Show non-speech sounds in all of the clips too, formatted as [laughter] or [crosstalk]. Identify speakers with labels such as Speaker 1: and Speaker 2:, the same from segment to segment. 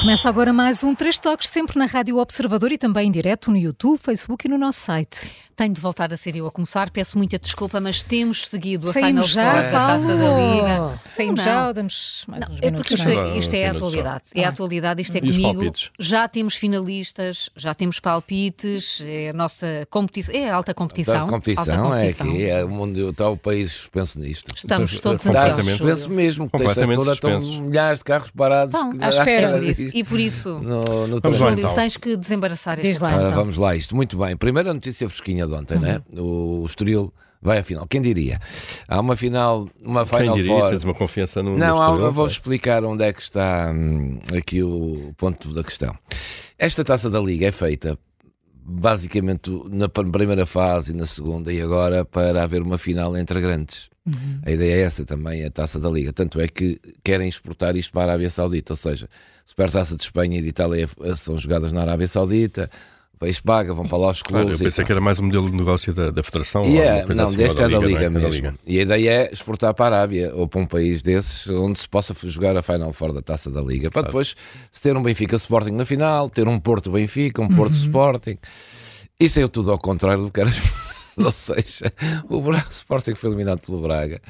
Speaker 1: Começa agora mais um Três Toques, sempre na Rádio Observador e também em direto no YouTube, Facebook e no nosso site.
Speaker 2: Tenho de voltar a ser eu a começar, peço muita desculpa, mas temos seguido a
Speaker 1: Saímos
Speaker 2: Final Four
Speaker 1: já,
Speaker 2: da Taça da Liga.
Speaker 1: Paulo! Saímos
Speaker 2: Não,
Speaker 1: já
Speaker 2: não.
Speaker 1: ou damos mais uns
Speaker 2: É porque
Speaker 1: minutos? Ah.
Speaker 2: isto,
Speaker 1: não?
Speaker 2: é- isto é a
Speaker 3: Minutos só.
Speaker 2: atualidade. É a atualidade, isto é
Speaker 3: E os
Speaker 2: comigo.
Speaker 3: palpites?
Speaker 2: Já temos finalistas, já temos palpites, é a nossa competição. É a alta competição.
Speaker 4: Então, a
Speaker 2: alta
Speaker 4: competição é
Speaker 2: competição.
Speaker 4: aqui, é onde está o país suspenso nisto.
Speaker 2: Estamos
Speaker 3: Está-
Speaker 2: todos
Speaker 3: está
Speaker 2: ansiosos.
Speaker 3: completamente-
Speaker 2: Júlio.
Speaker 4: Suspenso mesmo, que deixas
Speaker 3: Completamente
Speaker 4: toda estão
Speaker 3: suspensos.
Speaker 4: milhares de carros parados
Speaker 2: Estão,
Speaker 4: [laughs] que-
Speaker 1: à espera
Speaker 2: Era
Speaker 4: disto.
Speaker 2: disso. E É por isso,
Speaker 4: no, no
Speaker 3: Vamos lá,
Speaker 4: trânsito.
Speaker 2: Júlio,
Speaker 3: então.
Speaker 2: tens que desembaraçar
Speaker 1: Diz
Speaker 2: este
Speaker 1: lá,
Speaker 4: Ora,
Speaker 1: então.
Speaker 4: Vamos lá, a isto muito bem. Primeira notícia fresquinha de ontem, né? O, o Estoril vai à final. Quem diria? Há uma final, uma
Speaker 3: Quem
Speaker 4: final
Speaker 3: diria,
Speaker 4: fora.
Speaker 3: tens uma confiança no.
Speaker 4: Não,
Speaker 3: no
Speaker 4: há-
Speaker 3: Estoril,
Speaker 4: eu vou
Speaker 3: pá.
Speaker 4: explicar onde é que está hum, aqui o ponto da questão. Esta taça da Liga é feita basicamente na pr- primeira fase e na segunda, e agora para haver uma final entre grandes. A ideia é essa também, a taça da Liga. Tanto é que querem exportar isto para a Arábia Saudita, ou seja, Supertaça de Espanha e de Itália eh, são jogadas na Arábia Saudita, o país paga, vão para lá os clubes.
Speaker 3: Claro, eu
Speaker 4: e
Speaker 3: pensei
Speaker 4: tal.
Speaker 3: que era mais um modelo de negócio da, da Federação.
Speaker 4: E
Speaker 3: ou
Speaker 4: é,
Speaker 3: alguma coisa
Speaker 4: não,
Speaker 3: assim,
Speaker 4: deste é da
Speaker 3: não
Speaker 4: Liga
Speaker 3: é? É da
Speaker 4: mesmo.
Speaker 3: Liga.
Speaker 4: E a ideia é exportar para a Arábia ou para um país desses onde se possa jogar a Final Four da Taça da Liga. Para depois se ter um Benfica Sporting na final, ter um Porto Benfica, um Porto
Speaker 2: Uhum.
Speaker 4: Sporting. Isso é tudo ao contrário do que era. [laughs] Ou seja, o Braga o Sporting foi eliminado pelo Braga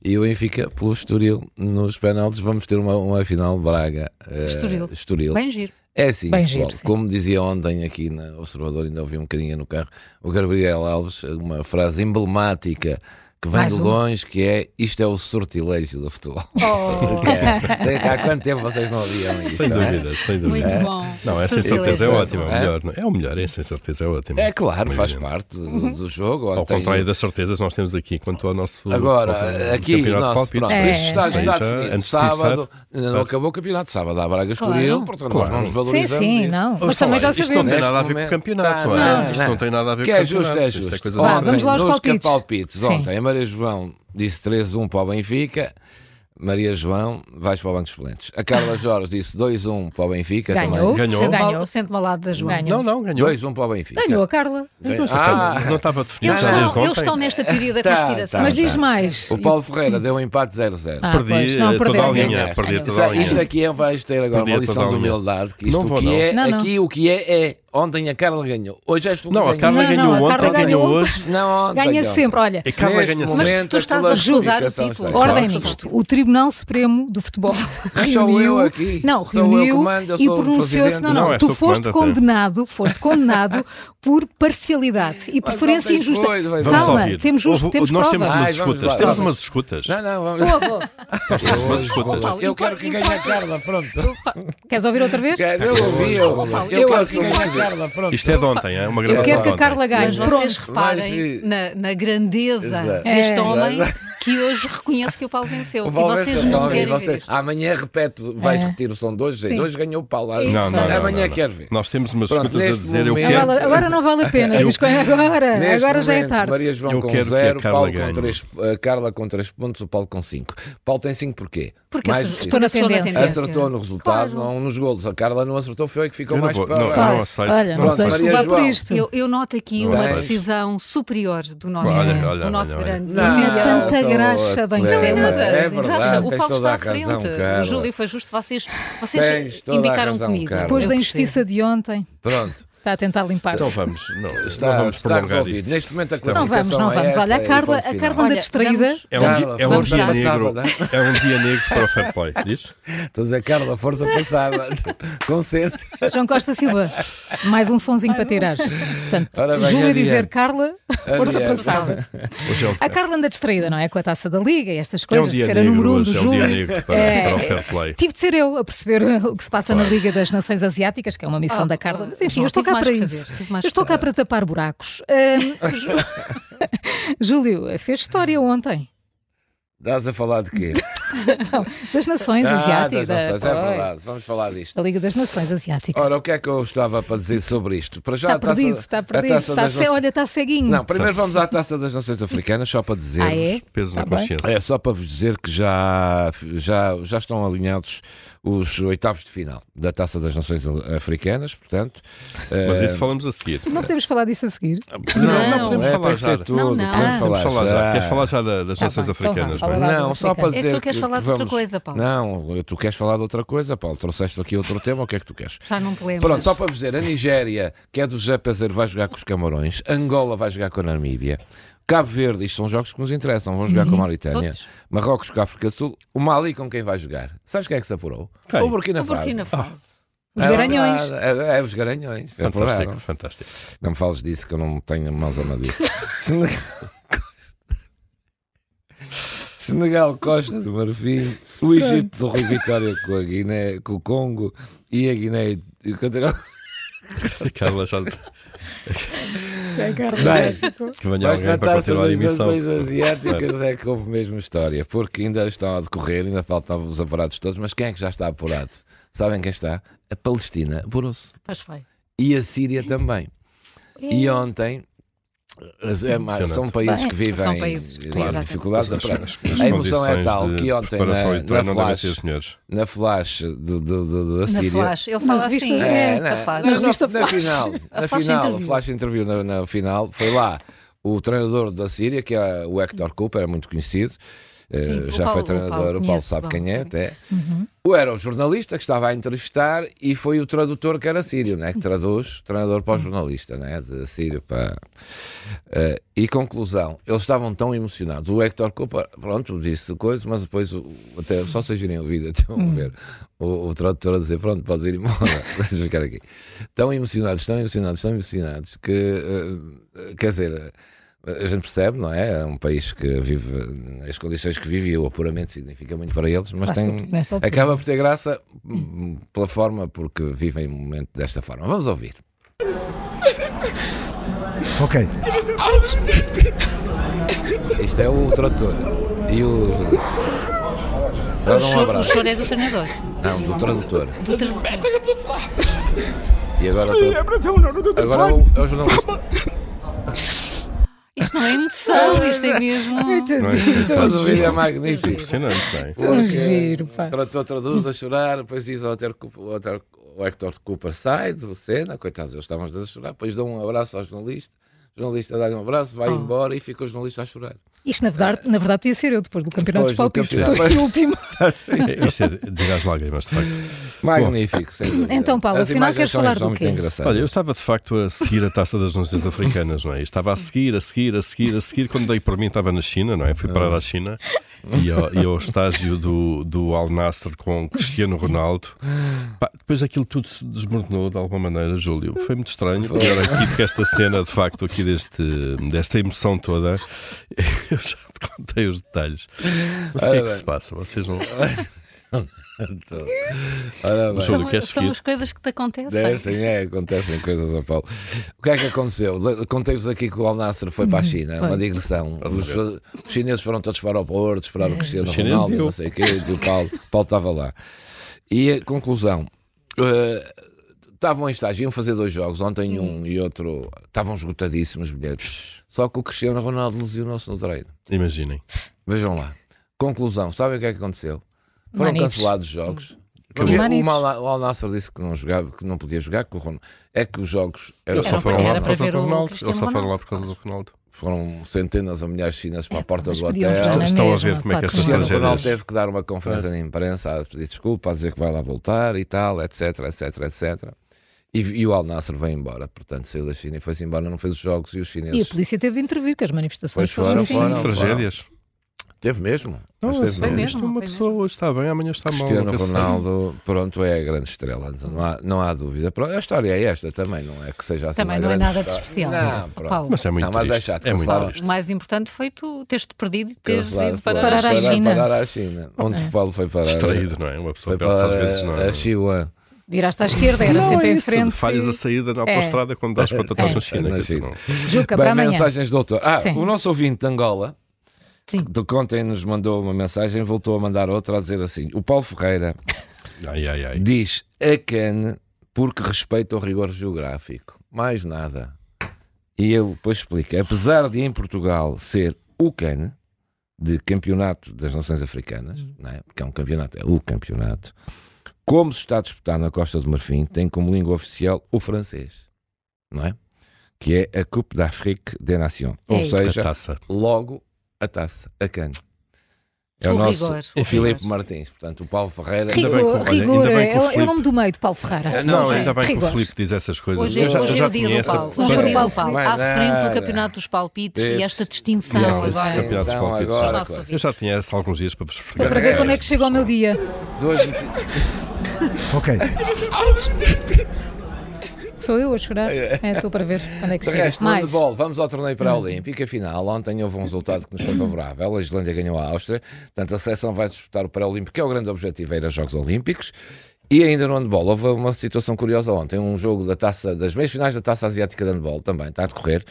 Speaker 4: e o Benfica pelo Estoril. Nos penaltis vamos ter uma, uma final Braga. eh,
Speaker 2: Estoril.
Speaker 4: Estoril.
Speaker 2: Bem giro.
Speaker 4: É assim,
Speaker 1: Bem
Speaker 4: futebol.
Speaker 1: giro, sim.
Speaker 4: como dizia ontem aqui na Observador, ainda ouvi um bocadinho no carro, o Gabriel Alves, uma frase emblemática que vem
Speaker 1: Mais um.
Speaker 4: de
Speaker 1: uma.
Speaker 4: longe, que é isto é o sortilégio do futebol.
Speaker 2: [laughs]
Speaker 3: [laughs]
Speaker 4: [laughs]
Speaker 2: Oh,
Speaker 4: Porque é, sei que há quanto tempo vocês não ouviam isto?
Speaker 3: Sem
Speaker 4: não é?
Speaker 3: dúvida, sem dúvida.
Speaker 2: muito bom.
Speaker 3: Não, é sem
Speaker 2: Surgiu
Speaker 3: certeza é
Speaker 2: esse-
Speaker 3: ótimo, é o
Speaker 4: É?
Speaker 3: melhor. não é? É o melhor, é sem certeza é ótimo.
Speaker 4: É claro,
Speaker 3: Muito
Speaker 4: faz
Speaker 3: bem.
Speaker 4: parte
Speaker 1: Uhum.
Speaker 4: do, do jogo.
Speaker 3: Ao
Speaker 4: ontem-
Speaker 3: contrário das certezas, nós temos aqui quanto ao nosso.
Speaker 4: Agora,
Speaker 3: ao-
Speaker 4: aqui,
Speaker 3: campeonato de
Speaker 4: nosso,
Speaker 3: palpites.
Speaker 4: pronto,
Speaker 1: É.
Speaker 4: isto está,
Speaker 3: Sim,
Speaker 4: está
Speaker 3: já,
Speaker 4: definido.
Speaker 3: antes de
Speaker 4: Sábado,
Speaker 3: começar.
Speaker 4: ainda não acabou o campeonato. Sábado há Braga
Speaker 2: Claro.
Speaker 4: Estoril, portanto nós não
Speaker 3: Claro.
Speaker 4: nos
Speaker 1: Sim,
Speaker 4: valorizamos.
Speaker 1: sim,
Speaker 4: isso.
Speaker 1: não.
Speaker 3: Mas
Speaker 1: Mas também já
Speaker 3: isto não
Speaker 1: sabemos.
Speaker 3: tem nada a ver com o
Speaker 4: Neste momento,
Speaker 3: campeonato. é?
Speaker 4: tá, não,
Speaker 3: Isto não
Speaker 4: não.
Speaker 3: tem nada a ver
Speaker 4: Que
Speaker 3: com o
Speaker 4: é justo,
Speaker 3: campeonato.
Speaker 4: é
Speaker 3: Isto
Speaker 4: justo.
Speaker 3: coisa
Speaker 1: Vá,
Speaker 3: de-
Speaker 4: Ontem,
Speaker 1: vamos lá aos
Speaker 4: nos
Speaker 1: palpites.
Speaker 4: palpites.
Speaker 1: Sim.
Speaker 4: Ontem, a Maria João disse 3-1 para o Benfica. Maria João, vais para o Banco dos Suplentes. A Carla Jorge disse 2-1 para o Benfica
Speaker 1: Ganhou.
Speaker 4: também.
Speaker 3: Ganhou.
Speaker 1: Sente mal-
Speaker 2: Ganhou.
Speaker 1: Sente-me ao lado da Joana.
Speaker 3: Não, não, ganhou.
Speaker 4: 2-1 para o Benfica.
Speaker 1: Ganhou a Carla.
Speaker 3: Não sei,
Speaker 4: Ah.
Speaker 1: é.
Speaker 3: Não tá- estava definido.
Speaker 2: Eles
Speaker 3: já
Speaker 4: Não,
Speaker 2: estão,
Speaker 3: desde
Speaker 2: eles
Speaker 3: ontem.
Speaker 2: estão nesta teoria da
Speaker 4: Tá,
Speaker 2: conspiração.
Speaker 4: tá,
Speaker 1: Mas
Speaker 4: tá.
Speaker 1: diz mais.
Speaker 4: O Paulo Ferreira deu um empate 0-0.
Speaker 1: Ah,
Speaker 3: Perdi
Speaker 1: pois, não,
Speaker 3: eh, toda
Speaker 1: perderam
Speaker 3: a
Speaker 1: ninguém.
Speaker 3: linha. Perdi
Speaker 1: Ah,
Speaker 3: toda a
Speaker 4: Isto- é- Isto
Speaker 3: linha.
Speaker 4: aqui é, vais ter agora
Speaker 3: Perdi
Speaker 4: uma
Speaker 3: a
Speaker 4: lição
Speaker 3: toda a
Speaker 4: de
Speaker 3: linha.
Speaker 4: humildade. Que isto
Speaker 3: Não
Speaker 4: o
Speaker 3: vou,
Speaker 4: que
Speaker 3: não.
Speaker 4: É,
Speaker 1: Não, não.
Speaker 4: Aqui o que é é. Ontem a Carla ganhou. Hoje és tu que
Speaker 3: Não, a
Speaker 4: ganhas.
Speaker 3: Carla
Speaker 1: Não,
Speaker 3: ganhou
Speaker 1: não, a
Speaker 3: ontem,
Speaker 1: Carla
Speaker 3: ganhou
Speaker 1: ganhou
Speaker 3: hoje.
Speaker 4: Não, ontem.
Speaker 1: Ganha
Speaker 4: ontem.
Speaker 1: sempre, olha.
Speaker 3: A Carla
Speaker 4: Neste
Speaker 3: ganha
Speaker 4: momento,
Speaker 3: sempre.
Speaker 2: Mas tu estás
Speaker 4: aquela
Speaker 2: a recusar o
Speaker 4: justificação
Speaker 2: título.
Speaker 4: está aí.
Speaker 1: Ordem
Speaker 3: Claro.
Speaker 1: nisto. O Tribunal Supremo do
Speaker 4: [laughs]
Speaker 1: Futebol
Speaker 4: Mas sou
Speaker 1: reuniu,
Speaker 4: É eu aqui.
Speaker 1: não,
Speaker 4: Sou eu que
Speaker 1: reuniu
Speaker 4: mando, eu
Speaker 1: e
Speaker 4: sou o
Speaker 1: pronunciou-se.
Speaker 4: presidente.
Speaker 1: Não, não,
Speaker 3: Não, és tu
Speaker 1: tu
Speaker 3: que
Speaker 1: foste
Speaker 3: mandas, é.
Speaker 1: condenado, foste condenado
Speaker 4: [laughs]
Speaker 1: por parcialidade e preferência
Speaker 4: ontem
Speaker 1: injusta.
Speaker 4: foi, vai ver.
Speaker 3: Vamos
Speaker 1: Calma,
Speaker 3: ouvir.
Speaker 1: temos, justo,
Speaker 3: Houve-
Speaker 1: temos
Speaker 3: Nós temos
Speaker 1: provas.
Speaker 4: Ai,
Speaker 3: umas
Speaker 4: vamos
Speaker 3: escutas.
Speaker 4: lá.
Speaker 3: Temos umas escutas.
Speaker 4: Não, não, vamos.
Speaker 1: Vou, vou.
Speaker 3: umas escutas.
Speaker 2: Paulo,
Speaker 4: Eu
Speaker 2: importa-
Speaker 4: quero que ganhe a
Speaker 2: importa-
Speaker 4: Carla, pronto.
Speaker 1: Queres ouvir outra vez?
Speaker 4: Quero, eu ouvi, eu,
Speaker 2: Paulo,
Speaker 4: eu
Speaker 2: eu quero
Speaker 4: quero que ganhe a Carla, pronto.
Speaker 3: Isto é de ontem, é uma
Speaker 4: Eu
Speaker 3: gravação.
Speaker 1: Quero que
Speaker 3: de
Speaker 1: a
Speaker 3: ontem.
Speaker 1: Carla ganhe.
Speaker 2: Mas vocês
Speaker 1: Pronto.
Speaker 2: reparem
Speaker 4: Mas,
Speaker 2: na,
Speaker 4: eh,
Speaker 2: na grandeza
Speaker 4: Exato.
Speaker 2: deste
Speaker 1: É.
Speaker 2: homem
Speaker 4: Exato.
Speaker 2: que hoje reconhece que o Paulo venceu.
Speaker 4: O Paulo
Speaker 2: e vocês
Speaker 4: Bento,
Speaker 2: não
Speaker 4: Tom, e
Speaker 2: querem
Speaker 4: você-
Speaker 2: ver isto.
Speaker 4: Amanhã repete, vais
Speaker 1: É.
Speaker 4: repetir o som de hoje,
Speaker 1: Sim.
Speaker 4: de hoje ganhou o Paulo.
Speaker 3: Não, não, não,
Speaker 4: Amanhã
Speaker 3: não,
Speaker 4: quero
Speaker 3: não.
Speaker 4: ver.
Speaker 3: Nós temos umas
Speaker 4: Pronto,
Speaker 3: escutas a
Speaker 4: neste
Speaker 3: dizer eu
Speaker 4: momento-
Speaker 3: quero.
Speaker 1: Agora, agora não vale a pena. Diz com agora.
Speaker 4: Neste
Speaker 1: agora já é
Speaker 4: momento,
Speaker 1: tarde.
Speaker 4: Maria João
Speaker 3: Eu
Speaker 4: com
Speaker 3: quero que a
Speaker 4: 0,
Speaker 3: Carla
Speaker 4: Paulo com
Speaker 3: ganhe.
Speaker 4: 3, Carla com 3 pontos, o Paulo com 5. Paulo tem 5 porquê?
Speaker 2: Porque
Speaker 4: Mais
Speaker 2: acertou,
Speaker 4: difícil.
Speaker 1: na
Speaker 2: acertou na
Speaker 1: tendência.
Speaker 2: tendência.
Speaker 4: acertou no resultado,
Speaker 2: Claro.
Speaker 4: não nos golos. A Carla não acertou, foi a que ficou
Speaker 3: Eu não
Speaker 4: mais
Speaker 3: vou-
Speaker 4: para
Speaker 3: não,
Speaker 4: baixo.
Speaker 3: não
Speaker 1: Claro.
Speaker 3: aceito,
Speaker 1: Olha,
Speaker 3: não
Speaker 1: não te
Speaker 4: aceito.
Speaker 1: deixes levar por
Speaker 4: João.
Speaker 1: isto.
Speaker 2: Eu, eu noto aqui
Speaker 3: Não
Speaker 2: uma
Speaker 4: sei.
Speaker 2: decisão superior do nosso,
Speaker 3: Olha, olha,
Speaker 2: do
Speaker 3: olha,
Speaker 2: nosso
Speaker 3: olha.
Speaker 2: grande.
Speaker 1: Não, Isso é tanta
Speaker 4: sou
Speaker 1: graxa, bem,
Speaker 4: atleta.
Speaker 1: isto
Speaker 2: Não é nada.
Speaker 4: É
Speaker 2: Racha,
Speaker 4: verdade,
Speaker 2: o
Speaker 4: tens
Speaker 2: Paulo
Speaker 4: toda
Speaker 2: está
Speaker 4: a
Speaker 2: à frente.
Speaker 4: razão, Carla.
Speaker 2: o Júlio foi justo, vocês,
Speaker 4: Tens
Speaker 2: vocês
Speaker 4: toda a
Speaker 2: indicaram
Speaker 4: razão,
Speaker 2: comigo.
Speaker 4: Carla.
Speaker 1: Depois
Speaker 2: Eu
Speaker 1: da
Speaker 2: percebo.
Speaker 1: injustiça de ontem,
Speaker 4: Pronto,
Speaker 1: está a tentar limpar-se.
Speaker 3: Então vamos, não, não
Speaker 4: está,
Speaker 3: vamos
Speaker 4: está
Speaker 3: prolongar
Speaker 4: resolvido.
Speaker 3: isto.
Speaker 4: Neste momento a
Speaker 1: Não vamos,
Speaker 4: classificação
Speaker 1: não
Speaker 4: é
Speaker 1: vamos.
Speaker 4: esta
Speaker 1: Olha, a
Speaker 4: e
Speaker 1: Carla,
Speaker 4: ponto
Speaker 1: a
Speaker 4: final.
Speaker 1: Carla anda
Speaker 2: Olha,
Speaker 1: distraída.
Speaker 2: damos-
Speaker 3: É um,
Speaker 4: Carla,
Speaker 3: dia- é um
Speaker 2: vamos
Speaker 3: dia
Speaker 2: lá.
Speaker 3: negro.
Speaker 4: Sábado,
Speaker 3: É um dia negro para o fair play. Diz?
Speaker 4: Estou a dizer, Então, Carla, força
Speaker 1: [laughs]
Speaker 4: passada. Concentra.
Speaker 1: João Costa Silva, mais um sonzinho para tirar. Portanto,
Speaker 4: Ora bem,
Speaker 1: Júlia
Speaker 4: adiante.
Speaker 1: dizer Carla, força
Speaker 4: Adiante.
Speaker 1: passada.
Speaker 3: Hoje é o
Speaker 1: A Carla anda distraída, não é? Com a taça da Liga e estas
Speaker 3: É um
Speaker 1: coisas de
Speaker 3: dia
Speaker 1: ser a número
Speaker 3: negro,
Speaker 1: um do
Speaker 3: hoje é um dia
Speaker 1: Júlio.
Speaker 3: negro para,
Speaker 1: É.
Speaker 3: para o fair play.
Speaker 1: Tive de ser eu a perceber [laughs] o que se passa na Liga das Nações Asiáticas, que é uma missão
Speaker 2: Ah,
Speaker 1: da Carla. Mas
Speaker 2: ah,
Speaker 1: enfim,
Speaker 2: não,
Speaker 1: eu estou
Speaker 2: tive
Speaker 1: cá
Speaker 2: mais
Speaker 1: para
Speaker 2: que
Speaker 1: isso.
Speaker 2: fazer, tive
Speaker 1: Eu
Speaker 2: mais
Speaker 1: estou
Speaker 2: que
Speaker 1: cá
Speaker 2: fazer.
Speaker 1: para tapar buracos. Ahm, [laughs] Jú- Júlio, fez história ontem.
Speaker 4: Estás a falar de quê?
Speaker 1: das Nações
Speaker 4: Ah,
Speaker 1: Asiáticas.
Speaker 4: das nações, é
Speaker 2: pois.
Speaker 4: verdade. Vamos falar disto.
Speaker 1: Da Liga das Nações Asiáticas.
Speaker 4: Ora, o que é que eu estava para dizer sobre isto? Para
Speaker 1: Está
Speaker 4: já a taça-
Speaker 1: perdido, está
Speaker 4: a
Speaker 1: perdido.
Speaker 4: taça
Speaker 1: Está
Speaker 4: das
Speaker 1: ce...
Speaker 4: Nações-
Speaker 1: Olha, está ceguinho.
Speaker 4: Não, primeiro vamos à taça das Nações Africanas, só para dizer.
Speaker 1: ah, é?
Speaker 3: Peso na
Speaker 1: Tá bem.
Speaker 3: consciência.
Speaker 4: É só para vos dizer que já, já, já estão alinhados os oitavos de final da Taça das Nações Africanas, portanto.
Speaker 3: Mas
Speaker 4: eh,
Speaker 3: isso falamos a seguir.
Speaker 1: Não podemos falar disso a seguir.
Speaker 2: Não, não
Speaker 3: podemos
Speaker 4: é,
Speaker 3: falar
Speaker 4: tem que ser
Speaker 3: já.
Speaker 4: tudo,
Speaker 2: Não, não.
Speaker 4: podemos
Speaker 2: Ah.
Speaker 3: Vamos
Speaker 4: falar
Speaker 3: falar já.
Speaker 4: já.
Speaker 3: Queres falar já da- das
Speaker 1: Tá
Speaker 3: nações
Speaker 1: bem, então vá,
Speaker 3: africanas, não
Speaker 1: fala
Speaker 3: é?
Speaker 1: lá.
Speaker 4: Não, só para
Speaker 1: É que
Speaker 2: tu
Speaker 4: dizer.
Speaker 2: queres falar de
Speaker 4: vamos...
Speaker 2: outra coisa, Paulo.
Speaker 4: Não, tu queres falar de outra coisa, Paulo. Trouxeste aqui outro tema, o que é que tu queres?
Speaker 2: Já não te lembro.
Speaker 4: Pronto, só para vos dizer, a Nigéria, que é do José Peseiro, vai jogar com os Camarões, Angola vai jogar com a Namíbia, Cabo Verde, isto são jogos que nos interessam, vão jogar com a Mauritânia,
Speaker 2: todos.
Speaker 4: Marrocos com a África do Sul, o Mali com quem vai jogar? Sabes quem é que se apurou?
Speaker 3: Quem?
Speaker 4: O Burkina
Speaker 2: O Burkina
Speaker 4: Faso.
Speaker 2: Faso.
Speaker 1: Os
Speaker 4: É
Speaker 1: garanhões.
Speaker 4: verdade, É, é os garanhões. é
Speaker 3: Fantástico,
Speaker 4: verdade.
Speaker 3: fantástico.
Speaker 4: Não me fales disso que eu não tenho mãos a medir.
Speaker 3: [laughs]
Speaker 4: Senegal Costa. Senegal Costa do Marfim, o Egito do Rui Vitória com a Guiné, com o Congo e a Guiné. e o Cantarão-
Speaker 3: A Carla já.
Speaker 4: Bem,
Speaker 3: Que venha
Speaker 4: Mas na
Speaker 3: alguém para
Speaker 4: taça
Speaker 3: continuar a
Speaker 4: das
Speaker 3: emissão.
Speaker 4: nações asiáticas é que houve mesmo história, porque ainda estão a decorrer, ainda faltam os apurados todos, mas quem é que já está apurado? Sabem quem está? A Palestina apurou-se.
Speaker 2: Pois foi.
Speaker 4: E a Síria também. E ontem. é mais- são países que vivem
Speaker 2: São países que-
Speaker 4: eh,
Speaker 2: claro.
Speaker 4: dificuldades.
Speaker 3: As- as- as
Speaker 4: a emoção é
Speaker 3: condições
Speaker 4: tal
Speaker 3: de
Speaker 4: que ontem na,
Speaker 3: preparação e treino
Speaker 4: na
Speaker 3: não devem ser
Speaker 4: flash,
Speaker 3: as melhores.
Speaker 4: na flash do- do- do- da
Speaker 2: Na
Speaker 4: Síria,
Speaker 2: flash. Ele fala
Speaker 1: revista-
Speaker 2: assim.
Speaker 1: É,
Speaker 2: na flash.
Speaker 4: mas
Speaker 1: Na revista
Speaker 4: na
Speaker 1: Flash.
Speaker 4: final,
Speaker 2: A
Speaker 4: na
Speaker 2: Flash
Speaker 4: final,
Speaker 2: interview.
Speaker 4: a Flash interview na, na final, foi lá o treinador da Síria, que é o Hector Cooper, é muito conhecido. eh,
Speaker 2: Sim, o
Speaker 4: já
Speaker 2: Paulo-
Speaker 4: foi
Speaker 2: o
Speaker 4: treinador, o
Speaker 2: Paulo
Speaker 4: Paulo,
Speaker 2: conhece,
Speaker 4: sabe
Speaker 2: o
Speaker 4: quem é
Speaker 2: Paulo, Uhum.
Speaker 4: até. O Era o jornalista que estava a entrevistar e foi o tradutor que era sírio, né? que traduz treinador para o jornalista, né? de sírio para. Eh, e conclusão, eles estavam tão emocionados. O Hector Cooper, pronto, disse coisa, mas depois o- até, só vocês virem o vídeo, até vão
Speaker 2: Uhum.
Speaker 4: ver o, o tradutor a dizer: pronto, podes ir embora, [laughs] deixa ficar aqui. Tão emocionados, tão emocionados, tão emocionados que, eh, quer dizer. eh, A gente percebe, não é? É um país que vive eh, as condições que vive e o apuramento significa muito para eles, mas
Speaker 1: Faz
Speaker 4: tem,
Speaker 1: sentido nesta altura.
Speaker 4: acaba por ter graça hum, pela forma porque vivem o momento desta forma. Vamos ouvir.
Speaker 5: Okay.
Speaker 4: Isto é o tradutor e o.
Speaker 2: O
Speaker 4: Agora um
Speaker 2: choro, o
Speaker 4: abraço.
Speaker 2: choro é do treinador.
Speaker 4: Não, do tradutor.
Speaker 2: Do treinador.
Speaker 4: E agora o tra- Agora é o, é o jornalista.
Speaker 2: Isto não é emoção, isto é mesmo.
Speaker 4: [laughs]
Speaker 3: Não é?
Speaker 1: um
Speaker 4: Mas o vídeo é
Speaker 3: Fantástico.
Speaker 4: magnífico.
Speaker 3: Impressionante, não é?
Speaker 4: Porque
Speaker 1: giro, pá.
Speaker 4: O tradutor traduz a chorar, depois diz ao Hector Cooper, ao Hector- ao Hector Cooper sai do cena, coitados, eles estavam os dois a chorar, depois dão um abraço ao jornalista, o jornalista dá-lhe um abraço, vai
Speaker 1: Oh.
Speaker 4: embora e fica o jornalista a chorar.
Speaker 1: Isto, na verdade, na verdade, podia ser eu depois do Campeonato dos
Speaker 4: Depois do
Speaker 1: Palpites.
Speaker 4: campeonato.
Speaker 1: Estou em último.
Speaker 3: Isto é de ir às lágrimas, de facto.
Speaker 4: Magnífico, sem dúvida.
Speaker 1: Então, Paulo,
Speaker 4: As
Speaker 1: afinal,
Speaker 4: imagens
Speaker 1: queres
Speaker 4: são-
Speaker 1: falar
Speaker 4: são
Speaker 1: do
Speaker 4: muito
Speaker 1: quê?
Speaker 4: engraçadas.
Speaker 3: Olha, eu estava de facto a seguir a taça das nações africanas, não é? E Estava a seguir, a seguir, a seguir, a seguir. Quando dei por mim, estava na China, não é? Fui parar à China e ao, e ao estágio do, do Al Nasser com Cristiano Ronaldo. Pá, depois aquilo tudo se desmoronou de alguma maneira, Júlio. Foi muito estranho. Agora aqui porque esta cena, de facto, aqui deste, desta emoção toda, eu já te contei os detalhes. Mas o que é que se passa? Vocês não.
Speaker 4: Ora bem.
Speaker 3: Júlio,
Speaker 2: São-
Speaker 3: queres
Speaker 2: São
Speaker 3: seguir?
Speaker 2: as coisas que te acontecem.
Speaker 4: Descem, é, acontecem coisas ao Paulo. O que é que aconteceu? Le- Contei-vos aqui que o Al Nasser foi para a China, é uma digressão. Os, uh, os chineses foram todos para o Porto, esperaram o Cristiano
Speaker 3: Os chineses
Speaker 4: Ronaldo,
Speaker 3: e eu.
Speaker 4: não sei o quê, e o Paulo, o Paulo estava lá. E a conclusão. uh, Estavam em estágio, iam fazer dois jogos, ontem um e outro. Estavam esgotadíssimos os bilhetes. Só que o Cristiano Ronaldo lesionou-se no treino.
Speaker 3: Imaginem.
Speaker 4: Vejam lá. Conclusão, sabem o que é que aconteceu? Foram
Speaker 1: Manitos.
Speaker 4: cancelados os jogos.
Speaker 3: Acabou.
Speaker 4: Porque
Speaker 1: Manitos.
Speaker 4: o Mal- o Al Nasser disse que não jogava, que não podia jogar, que o Ron- é que os jogos eram-
Speaker 3: Eles só
Speaker 2: Era
Speaker 3: foram
Speaker 2: para-
Speaker 3: lá
Speaker 2: era
Speaker 3: por
Speaker 2: para
Speaker 3: causa
Speaker 2: ver
Speaker 3: do
Speaker 2: o
Speaker 3: Ronaldo.
Speaker 2: Cristiano
Speaker 3: Eles só foram lá
Speaker 2: Ronaldo.
Speaker 3: por causa do Ronaldo.
Speaker 4: foram centenas ou milhares de chineses para a
Speaker 1: É,
Speaker 4: porta
Speaker 1: mas
Speaker 4: do
Speaker 1: podiam
Speaker 4: hotel.
Speaker 1: estar na
Speaker 3: Estão a
Speaker 1: mesma,
Speaker 3: ver como é que
Speaker 1: pá,
Speaker 3: estas
Speaker 4: Cristiano
Speaker 1: claro.
Speaker 3: tragédias-
Speaker 4: Ronaldo teve que dar uma
Speaker 1: É.
Speaker 4: conferência de imprensa a pedir desculpa, a dizer que vai lá voltar e tal, etc, etc, etc. E, e o Al Nasser veio embora, portanto saiu da China e foi-se embora, não fez os jogos e
Speaker 1: E
Speaker 4: os
Speaker 1: a
Speaker 4: chineses.
Speaker 1: polícia teve de intervir, que as manifestações
Speaker 4: Pois foram,
Speaker 1: assim.
Speaker 4: foram.
Speaker 3: Tragédias.
Speaker 4: Teve mesmo.
Speaker 3: Não,
Speaker 4: mas
Speaker 3: eu
Speaker 4: teve
Speaker 3: sei,
Speaker 2: mesmo.
Speaker 3: isto é uma
Speaker 2: foi
Speaker 3: pessoa hoje está bem, amanhã está mal.
Speaker 4: Cristiano
Speaker 3: nunca se sabe.
Speaker 4: Ronaldo, pronto, é a grande estrela, não há, não há dúvida. Pronto, a história é esta também, não é que seja assim
Speaker 2: Também
Speaker 4: uma
Speaker 2: não é
Speaker 4: grande
Speaker 2: nada de
Speaker 4: história.
Speaker 2: especial.
Speaker 4: Não, pronto.
Speaker 2: Paulo.
Speaker 3: Mas é muito
Speaker 4: Não, mas é
Speaker 3: triste.
Speaker 4: chato,
Speaker 3: É muito
Speaker 4: cancelaram.
Speaker 3: triste.
Speaker 2: O mais importante foi tu teres-te perdido e teres
Speaker 4: Claro,
Speaker 2: ido
Speaker 4: claro.
Speaker 2: parar,
Speaker 1: Parar à
Speaker 2: a
Speaker 4: Parar-
Speaker 1: China.
Speaker 4: Parar à China, onde o Paulo foi parar.
Speaker 3: Distraído, não é? Uma pessoa
Speaker 4: Foi
Speaker 3: pensa
Speaker 4: para
Speaker 3: às vezes, não é?
Speaker 4: a Xiwan.
Speaker 1: Viraste à esquerda, era
Speaker 3: Não,
Speaker 1: sempre
Speaker 3: é
Speaker 1: em
Speaker 3: isso.
Speaker 1: frente.
Speaker 3: Falhas a saída na autostrada quando dás conta estás na China.
Speaker 4: Na
Speaker 3: quer dizer,
Speaker 4: China.
Speaker 3: não.
Speaker 1: Juca,
Speaker 4: Bem,
Speaker 1: para amanhã.
Speaker 4: mensagens do doutor. Ah,
Speaker 1: Sim.
Speaker 4: o nosso ouvinte de Angola
Speaker 2: Sim.
Speaker 4: do Contem nos mandou uma mensagem, voltou a mandar outra a dizer assim: o Paulo Ferreira
Speaker 3: Ai, ai, ai.
Speaker 4: diz a CAN porque respeita o rigor geográfico, mais nada. E ele depois explica: apesar de em Portugal ser o CAN de Campeonato das Nações Africanas,
Speaker 2: Uhum.
Speaker 4: não é? porque é um campeonato, é o campeonato, como se está a disputar na Costa do Marfim, tem como língua oficial o francês, não é? Que é a Coupe d'Afrique des Nations, ou
Speaker 2: É isso.
Speaker 3: A
Speaker 4: seja,
Speaker 3: taça.
Speaker 4: logo a taça, a cana. É
Speaker 2: O
Speaker 4: o, nosso
Speaker 2: rigor, o
Speaker 4: o Filipe
Speaker 2: rigor.
Speaker 4: Martins, portanto, o Paulo Ferreira.
Speaker 3: Ainda bem que-
Speaker 1: Rigor,
Speaker 3: olha,
Speaker 1: rigor
Speaker 3: ainda bem
Speaker 1: é,
Speaker 3: que o
Speaker 1: é o
Speaker 3: Filipe-
Speaker 1: nome do meio de Paulo Ferreira.
Speaker 4: Não,
Speaker 3: Não, ainda
Speaker 4: é.
Speaker 3: bem que o
Speaker 1: Rigor.
Speaker 3: Filipe diz essas coisas.
Speaker 2: Hoje,
Speaker 3: eu já,
Speaker 2: hoje
Speaker 3: eu
Speaker 2: é
Speaker 3: já
Speaker 2: o dia
Speaker 3: tinha
Speaker 2: do
Speaker 3: essa.
Speaker 2: Paulo.
Speaker 1: Não
Speaker 2: Hoje é o
Speaker 1: foi
Speaker 2: dia do
Speaker 1: Paulo.
Speaker 2: Paulo.
Speaker 4: Não
Speaker 2: À
Speaker 4: é
Speaker 2: frente do
Speaker 4: nada.
Speaker 2: Campeonato dos Palpites e
Speaker 4: Sim.
Speaker 2: esta
Speaker 3: E
Speaker 2: distinção
Speaker 3: essa-
Speaker 4: Não,
Speaker 3: esse
Speaker 2: agora.
Speaker 3: campeonato dos
Speaker 4: Então,
Speaker 3: palpites.
Speaker 4: agora,
Speaker 2: Os nossos
Speaker 3: Eu já tinha essa há alguns dias para vos
Speaker 1: É
Speaker 3: explicar.
Speaker 1: para ver quando é que chega o meu dia.
Speaker 4: Dois...
Speaker 5: Ok.
Speaker 1: Sou eu a chorar? É, estou para ver quando é que
Speaker 4: De
Speaker 1: chega.
Speaker 4: resto,
Speaker 1: Mais.
Speaker 4: handball, vamos ao torneio para a Olímpica. Afinal, ontem houve um resultado que nos foi favorável. A Islândia ganhou a Áustria. Portanto, a seleção vai disputar o pré-olímpico, que é o grande objetivo, é ir aos Jogos Olímpicos. E ainda no handball, houve uma situação curiosa ontem. Um jogo da taça, das meias finais da taça asiática de handball também está a decorrer.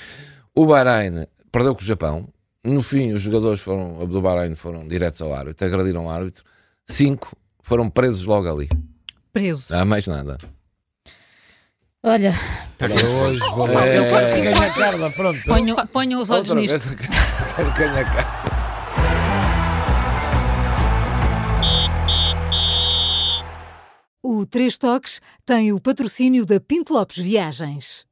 Speaker 4: O Bahrein perdeu com o Japão. No fim, os jogadores foram, do Bahrein foram diretos ao árbitro, agrediram o árbitro. Cinco foram presos logo ali.
Speaker 2: Preso.
Speaker 4: Não há mais nada.
Speaker 1: Olha,
Speaker 5: hoje vou.
Speaker 2: Paulo, eu quero que
Speaker 4: É,
Speaker 2: importe-
Speaker 4: ganha Carla, pronto.
Speaker 2: Ponham, ponham os olhos
Speaker 4: Outra
Speaker 2: nisto.
Speaker 4: vez [laughs] quero ganhar cá.
Speaker 1: o Três Toques tem o patrocínio da Pinto Lopes Viagens.